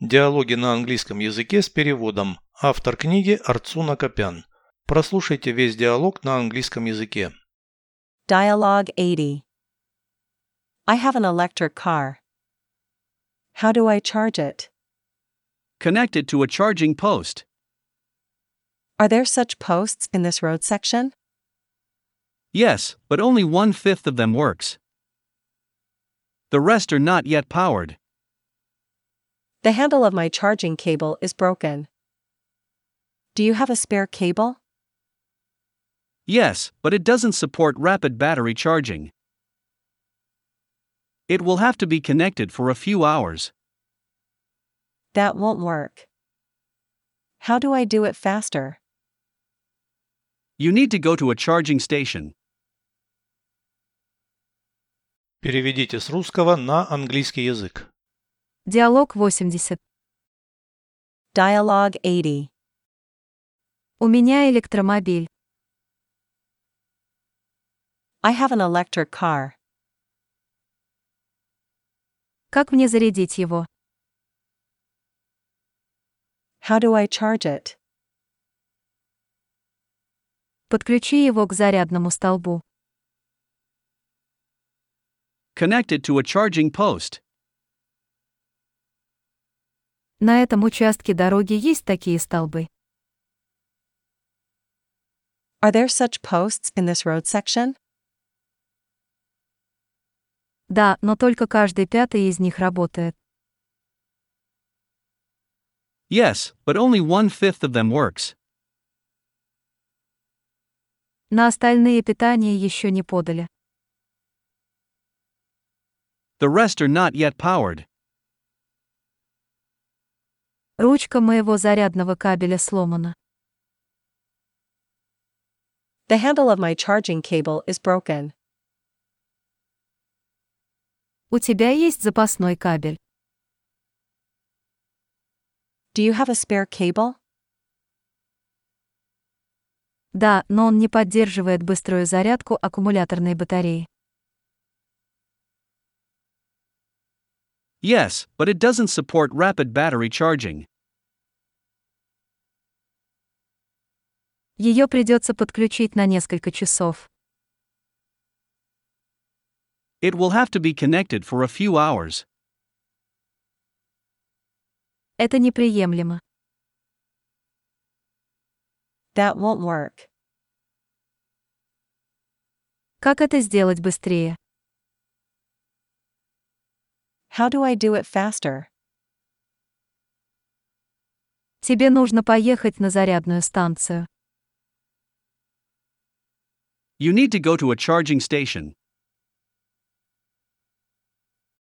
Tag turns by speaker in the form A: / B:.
A: Диалоги на английском языке с переводом. Автор книги Арцуна Копян. Прослушайте весь диалог на английском языке.
B: Dialogue 80. I have an electric car. How do I charge it?
C: Connected to a charging post.
B: Are there such posts in this road section?
C: Yes, but only one fifth of them works. The rest are not yet powered.
B: The handle of my charging cable is broken. Do you have a spare cable?
C: Yes, but it doesn't support rapid battery charging. It will have to be connected for a few hours.
B: That won't work. How do I do it faster?
C: You need to go to a charging station.
A: Переведите с русского на английский язык.
D: Диалог 80.
B: Dialogue 80.
D: У меня электромобиль.
B: I have an electric car.
D: Как мне зарядить его?
B: How do I charge it?
D: Подключи его к зарядному столбу.
C: Connected to a charging post.
D: На этом участке дороги есть такие столбы.
B: Are there such posts in this road section?
D: Да, но только каждый пятый из них работает.
C: Yes, but only one fifth of them works.
D: На остальные питание еще не подали.
C: The rest are not yet powered.
D: Ручка моего зарядного кабеля сломана.
B: The handle of my charging cable is broken.
D: У тебя есть запасной кабель?
B: Do you have a spare cable?
D: Да, но он не поддерживает быструю зарядку аккумуляторной батареи.
C: Yes, but it doesn't support rapid battery charging.
D: Ее придется подключить на несколько часов.
C: It will have to be connected for a few hours.
D: Это неприемлемо.
B: That won't work.
D: Как это сделать быстрее?
B: How do I do it faster?
D: Тебе нужно поехать на зарядную станцию.
C: You need to go to a charging station.